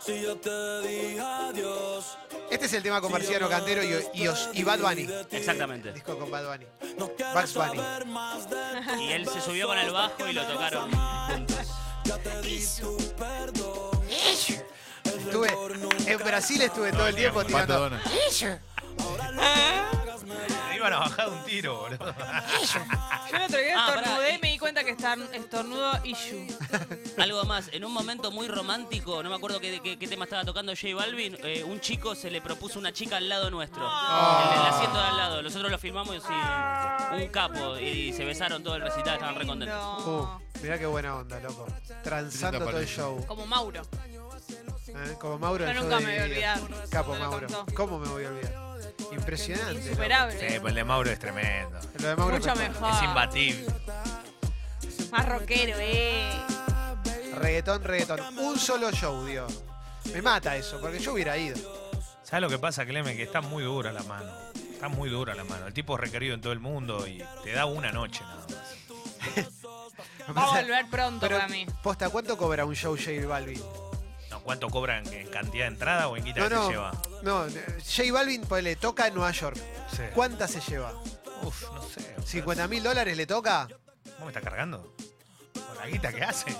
S4: Si yo te dije adiós,
S1: Este es el tema con Marciano Cantero y, y, Os- y Bad Bunny.
S7: Exactamente.
S1: Disco con Bad Bunny.
S4: no quiero
S1: Bugs Bunny.
S4: saber más de tu
S7: Y él se subió con el bajo y lo tocaron juntos.
S1: Estuve, en Brasil estuve todo el tiempo tirando.
S3: Patadona.
S6: Le iban a bajar un tiro, boludo.
S2: Yo el otro día
S7: Ah, pará,
S2: estornudé y
S7: y-
S2: me di cuenta que estar- estornudo Ishu.
S7: Algo más, en un momento muy romántico, no me acuerdo qué, qué- qué tema estaba tocando J Balvin, eh, un chico se le propuso una chica al lado nuestro. En el asiento de al lado. Nosotros lo filmamos y un capo. Y se besaron todo el recital, estaban re contentos.
S1: Uh,
S2: Lindo.
S1: mirá qué buena onda, loco. Transando
S3: Linda
S1: todo el
S3: pareja.
S1: show.
S2: Como Mauro.
S1: ¿eh? Como Mauro
S2: Yo
S1: el show
S2: nunca
S1: de
S2: me voy a
S1: Vivian.
S2: olvidar.
S1: Capo
S2: Me lo
S1: Mauro.
S2: contó.
S1: ¿Cómo me voy a olvidar? Impresionante. loco.
S6: Sí,
S2: Superable.
S6: pero el de Mauro es tremendo.
S1: Lo de Mauro
S2: Mucho
S1: es
S2: mejor.
S6: Es imbatible.
S2: Más rockero, eh.
S1: Reggaetón, reggaetón. Un solo show, dio. Me mata eso, porque yo hubiera ido.
S6: ¿Sabes lo que pasa, Clemen? Que está muy dura la mano. Está muy dura la mano. El tipo es requerido en todo el mundo y te da una noche nada más.
S2: Va a volver pronto
S1: Pero,
S2: para mí.
S1: posta, ¿cuánto cobra un show J Balvin?
S6: No, ¿Cuánto cobran en cantidad de entrada o en guita que se lleva?
S1: no, J Balvin pues, le toca en Nueva York.
S6: Sí.
S1: ¿Cuánta se lleva?
S6: Uf, no sé. o sea,
S1: ¿50 mil dólares le toca?
S6: ¿Vos me estás cargando? ¿Con la guita que hace?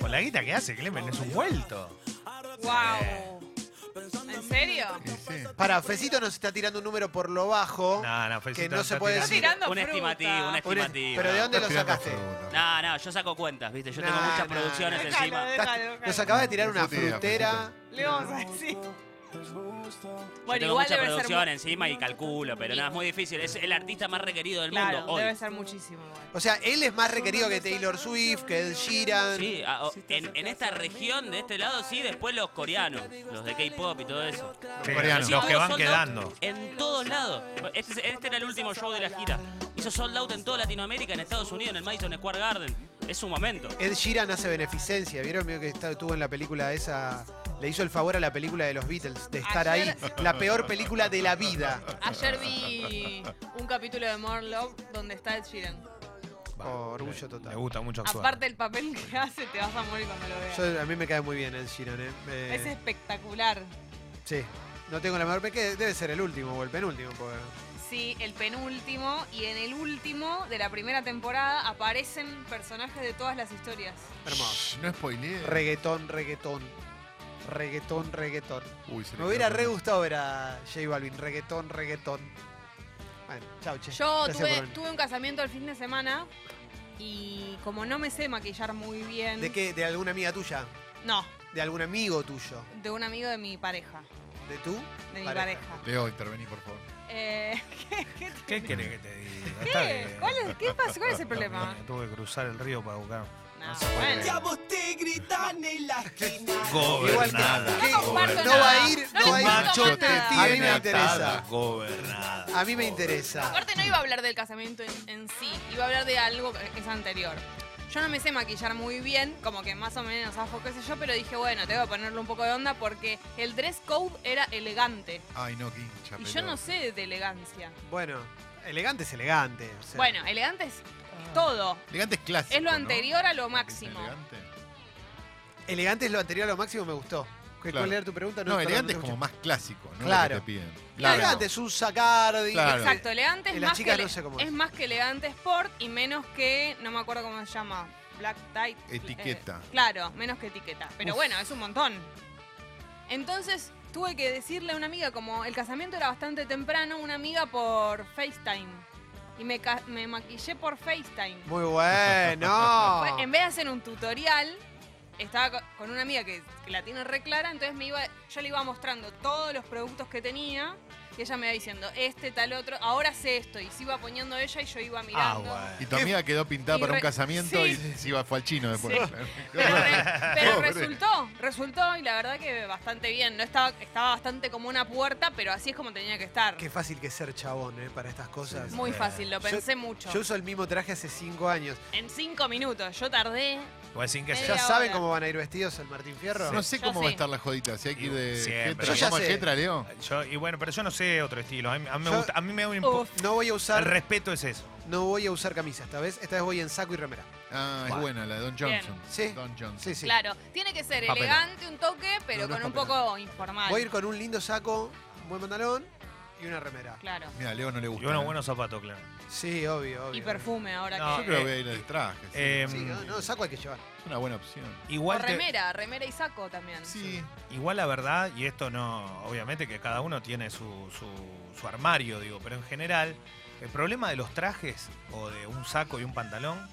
S6: ¿Con la guita que hace, Clemen? Es un vuelto.
S7: Eh.
S2: Wow. ¿En serio?
S3: Y sí.
S1: Para, Fecito nos está tirando un número por lo bajo.
S6: No, no,
S1: Que
S6: Fecito
S1: no
S6: está
S1: se puede
S6: tirando-
S2: Está
S1: decir.
S2: tirando
S7: Un
S2: fruta.
S7: estimativo, un
S1: Un es-
S7: estimativo.
S1: ¿Pero de dónde lo
S3: Está tirando
S1: sacaste?
S3: fruta.
S7: No, no, yo saco cuentas, ¿viste? Yo tengo
S1: Nah,
S7: muchas
S1: nah,
S7: producciones
S1: nah.
S7: encima.
S2: Déjalo, déjalo, déjalo.
S1: Nos acabas de tirar una
S3: Frutera,
S1: frutera.
S2: Le vamos a decir.
S7: Yo
S2: Bueno,
S7: tengo
S2: igual debe
S7: mucha
S2: ser,
S7: producción
S2: mu-
S7: encima y calculo, pero nada, es muy difícil. Es el artista más requerido del
S2: claro,
S7: mundo hoy.
S2: debe ser muchísimo. igual.
S1: O sea, él es más requerido que Taylor Swift, que Ed Sheeran.
S7: Sí, a- o- en, en esta región, de este lado, sí, después los coreanos, los de K-pop y todo eso.
S6: Sí,
S3: Coreano.
S6: Los que
S7: Hizo
S6: van
S7: sold out
S6: quedando.
S7: En todos lados. Este, es- este era el último show de la gira. Hizo sold out en toda Latinoamérica, en Estados Unidos, en el Madison Square Garden. Es su momento.
S1: Ed Sheeran hace beneficencia. ¿Vieron? Vio que está- estuvo en la película esa. Le hizo el favor a la película de los Beatles de estar
S2: Ayer-
S1: ahí. La peor película de la vida.
S2: Ayer vi un capítulo de More Love donde está Ed Sheeran.
S1: Oh, orgullo total.
S6: Me gusta mucho actuar.
S2: Aparte el papel que hace, te vas a morir cuando lo veas.
S1: Yo- a mí me cae muy bien Ed Sheeran, ¿eh? Eh,
S2: Es espectacular.
S1: Sí. No tengo la menor pe- que Debe ser el último o el penúltimo. porque-
S2: Sí, el penúltimo. Y en el último de la primera temporada aparecen personajes de todas las historias.
S1: Hermoso.
S3: Shh, No spoileé.
S1: Reggaetón, reggaetón. Reggaetón, reggaetón.
S3: Uy, se
S1: Me
S3: quedó
S1: hubiera
S3: con-
S1: re gustado ver a J Balvin. Reggaetón, reggaetón. Bueno, chau, che.
S2: Yo
S1: Gracias por
S2: tuve,
S1: venir.
S2: tuve un casamiento el fin de semana y como no me sé maquillar muy bien.
S1: ¿De qué? ¿De alguna amiga tuya?
S2: No,
S1: ¿De algún amigo tuyo?
S2: de un amigo de mi pareja.
S1: ¿De tú?
S2: De mi
S1: Pareja.
S2: pareja.
S3: Leo, intervení, por favor.
S2: Eh,
S6: ¿Qué querés que te diga? Está
S2: ¿Qué?
S6: bien.
S2: Eh, ¿Cuál es, ¿Qué pasó? ¿Cuál es el problema?
S6: Tuve que cruzar el río para buscar.
S2: No,
S6: se puede
S2: bueno.
S6: creer.
S4: te gritan en la esquina.
S1: Igual que-
S6: Gobernada.
S1: ¿qué?
S2: No comparto
S1: No
S2: nada.
S1: va a ir, no
S2: les
S1: va a ir.
S2: comparto
S6: Macho
S2: más
S6: te
S2: nada.
S1: tira. A mí
S6: tiene
S1: me interesa.
S6: atada, Gobernada.
S1: A mí me interesa.
S2: Aparte no iba a hablar del casamiento en, en sí, iba a hablar de algo que es anterior. Yo no me sé maquillar muy bien, como que más o menos afo, qué sé yo, pero dije, bueno, tengo que ponerle un poco de onda porque el dress code era elegante.
S3: Ay, no, qué hincha.
S2: Y yo
S3: pelota.
S2: no sé de elegancia.
S1: Bueno, elegante es elegante. o sea,
S2: Bueno, elegante es
S1: Ah.
S2: todo.
S3: Elegante es clásico.
S2: Es lo
S3: ¿no?
S2: anterior a lo máximo.
S3: Elegante.
S1: Elegante es lo anterior a lo máximo, me gustó. ¿Qué-
S3: Claro.
S1: ¿Cuál era tu pregunta?
S3: No,
S1: perdón,
S3: elegante
S1: te
S3: es como
S1: escuché.
S3: más clásico, ¿no?
S1: Claro.
S3: Lo que te piden.
S2: Claro.
S1: Elegante es un sacardi.
S3: Claro.
S2: Exacto, elegante
S1: Y
S2: es
S1: las
S2: más, que,
S1: chicas
S2: ele-
S1: no sé cómo
S2: es
S1: es.
S2: más que elegante sport y menos que, no me acuerdo cómo se llama, black tie.
S3: Etiqueta.
S2: eh, claro, menos que etiqueta. Pero bueno, es un montón. Entonces tuve que decirle a una amiga, como el casamiento era bastante temprano, una amiga por FaceTime. Y me, ca- me maquillé por FaceTime.
S1: Muy
S2: Fue-
S1: bueno.
S2: en vez de hacer un tutorial, estaba co- con una amiga que, que la tiene re clara, entonces me iba, yo le iba mostrando todos los productos que tenía y ella me iba diciendo, este, tal, otro, ahora sé esto. Y se iba poniendo ella y yo iba
S6: Ah,
S2: mirando.
S6: bueno.
S3: Y tu amiga quedó pintada
S2: Y
S3: para un
S2: re-
S3: casamiento y
S2: sí.
S3: se iba, fue al chino después.
S2: Sí. Pero, re- pero resultó, resultó y la verdad que bastante bien. No estaba, estaba bastante como una puerta, pero así es como tenía que estar.
S1: Qué fácil que es ser chabón, ¿eh? Para estas cosas.
S2: Muy fácil, lo
S1: Yo-
S2: pensé mucho.
S1: Yo uso el mismo traje hace cinco años.
S2: en cinco minutos, yo tardé.
S6: Pues sin que
S2: Media
S1: ¿Ya
S6: sea.
S2: hora.
S1: saben cómo van a ir vestidos el Martín Fierro?
S3: No sé
S2: Yo
S3: cómo va a
S2: sí.
S3: estar la jodita, si hay que ir de
S6: Siempre.
S3: Getra.
S1: Yo ya
S3: ¿Vamos a
S1: sé.
S3: Getra, Leo?
S6: Yo- y bueno, pero yo no sé otro estilo. A mí, a mí me,
S1: Yo-
S6: gusta, a mí me da un impo-
S2: Uf.
S1: No voy a
S6: El
S1: usar,
S6: respeto es eso.
S1: no voy a usar camisa esta vez. Esta vez voy en saco y remera.
S3: Ah, es
S6: Bueno.
S3: buena la de Don
S2: Bien.
S3: Johnson.
S1: Sí.
S3: Don Johnson.
S1: Sí, sí.
S2: Claro, tiene que ser
S6: Papelón.
S2: elegante un toque, pero
S3: No, no
S2: con
S3: es
S2: un
S3: papelón.
S2: poco informal.
S1: Voy a ir con un lindo saco, un buen pantalón y una remera.
S2: Claro.
S3: Mira, a Leo no le gusta.
S6: Y unos
S3: ¿eh?
S6: buenos zapatos, claro.
S1: Sí, obvio, obvio.
S2: Y perfume ahora
S6: No,
S2: que.
S3: Yo creo
S6: Eh,
S3: que voy a ir al traje. sí.
S6: eh,
S1: Sí, no, no, saco hay que llevar.
S3: es una buena opción.
S2: O
S6: Igual, te-
S2: remera, remera y saco también.
S3: Sí.
S6: igual la verdad, y esto no, obviamente que cada uno tiene su, su- su armario, digo, pero en general, el problema de los trajes o de un saco y un pantalón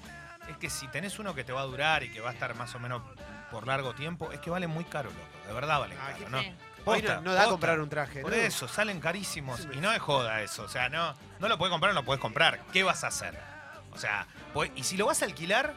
S6: es que si tenés uno que te va a durar y que va a estar más o menos por largo tiempo, es que vale muy caro, loco. De verdad vale
S1: Ah,
S6: caro,
S1: qué
S6: ¿no?
S2: Sí.
S1: Hoy
S6: Posta,
S1: no, no da
S6: posta.
S1: comprar un traje.
S6: Por
S1: ¿no?
S6: eso, salen carísimos.
S1: Sí,
S6: Y no es joda eso. O sea, no, no lo puedes comprar, no lo puedes comprar. ¿Qué vas a hacer? O sea, pues- y si lo vas a alquilar,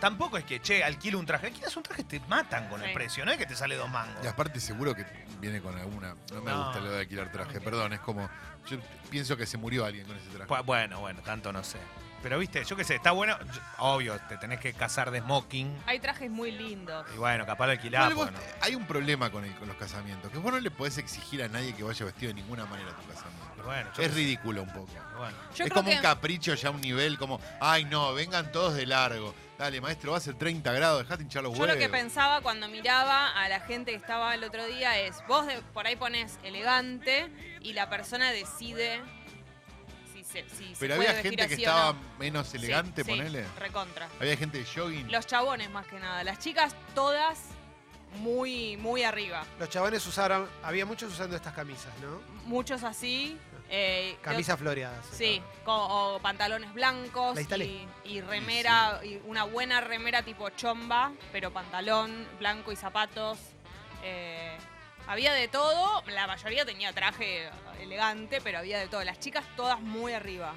S6: tampoco es que, che, alquilo un traje. Alquilas un traje, te matan con el
S2: Sí.
S6: precio. No es que te sale dos mangos.
S3: Y aparte seguro que viene con alguna... No me
S6: No.
S3: gusta lo de alquilar traje, perdón. Es como... Yo pienso que se murió alguien con ese traje.
S6: Bu- Bueno, bueno, tanto no sé. Pero viste, yo qué sé, está bueno. yo- obvio, te tenés que casar de smoking.
S2: Hay trajes muy lindos.
S6: Y bueno, capaz
S3: No
S6: lo alquilás.
S3: le
S6: porque
S3: vos-
S6: no.
S3: Hay un problema con, el- con los casamientos, que vos no le podés exigir a nadie que vaya vestido de ninguna manera a tu
S6: Y
S3: casamiento.
S6: bueno, yo-
S3: Es ridículo un poco.
S6: y bueno.
S2: Yo
S3: es
S2: creo
S3: como
S2: que.
S3: un capricho ya a un nivel, como, ay no, vengan todos de largo. Dale, maestro, va a ser 30 grados, dejate hinchar los
S2: Yo
S3: huevos.
S2: lo que pensaba cuando miraba a la gente que estaba el otro día es, vos de- por ahí pones elegante y la persona decide si se, si se
S3: Pero
S2: puede
S3: había
S2: vestir
S3: gente que
S2: así o
S3: estaba
S2: no.
S3: menos
S2: Sí,
S3: elegante,
S2: sí,
S3: ponele.
S2: recontra.
S3: Había gente de jogging.
S2: Los chabones más que nada, las chicas todas muy muy arriba,
S1: Los chabones usaron, había muchos usando estas camisas, ¿no?
S2: muchos así. eh, de
S1: Camisas floreadas.
S2: Sí, co- o pantalones blancos
S1: La instalé.
S2: y, y remera, y una buena remera tipo chomba, pero pantalón blanco y zapatos. Eh, había de todo, la mayoría tenía traje elegante, pero había de todo. Las chicas todas muy arriba.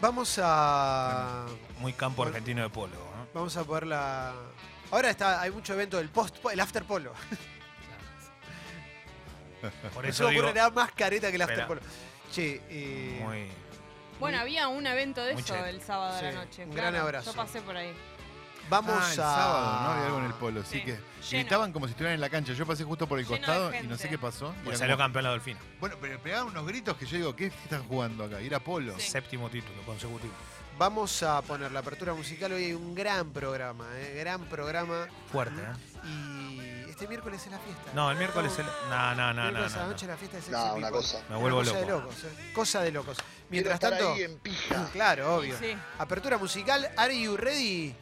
S1: Vamos a.
S6: Muy campo argentino de polo. ¿no?
S1: Vamos a poner la. Ahora está, hay mucho evento del post, el after polo.
S6: Por
S1: Eso
S6: eso digo,
S1: poner nada más careta que el after
S6: Espera.
S1: polo. Che, eh,
S6: muy,
S2: Bueno, había un evento de
S6: Muy
S2: eso
S6: cheto.
S2: el sábado de
S1: Sí,
S2: la noche.
S1: un gran
S2: claro,
S1: abrazo.
S2: Yo pasé por ahí.
S1: vamos
S3: Ah,
S1: a.
S3: el sábado, ¿no? Había algo en el polo, así
S2: Sí,
S3: que
S2: lleno.
S3: gritaban como si estuvieran en la cancha. Yo pasé justo por el
S2: Lleno de
S3: costado y no sé
S2: gente.
S3: qué pasó. Y
S6: pues
S3: era
S6: salió
S3: como-
S6: campeón la Delfina.
S3: bueno, pero pegaban unos gritos que yo digo, ¿qué están jugando acá? Y era polo.
S2: Sí.
S6: Séptimo título consecutivo.
S1: Vamos a poner la apertura musical. Hoy hay un gran programa, ¿eh? Gran programa.
S6: Fuerte, ¿eh?
S1: Y este Este miércoles es la fiesta.
S6: No, el miércoles. El... No, no, no, no.
S1: Miércoles a la
S6: no, no.
S1: noche la fiesta de Sexy
S9: No, una
S1: People.
S9: cosa.
S6: Me vuelvo
S1: cosa
S6: loco.
S1: de locos. eh. Cosa de locos.
S9: Quiero
S1: Mientras
S9: estar
S1: tanto.
S9: ahí en pija.
S1: Claro, obvio.
S2: Sí.
S1: Apertura musical, Are You Ready?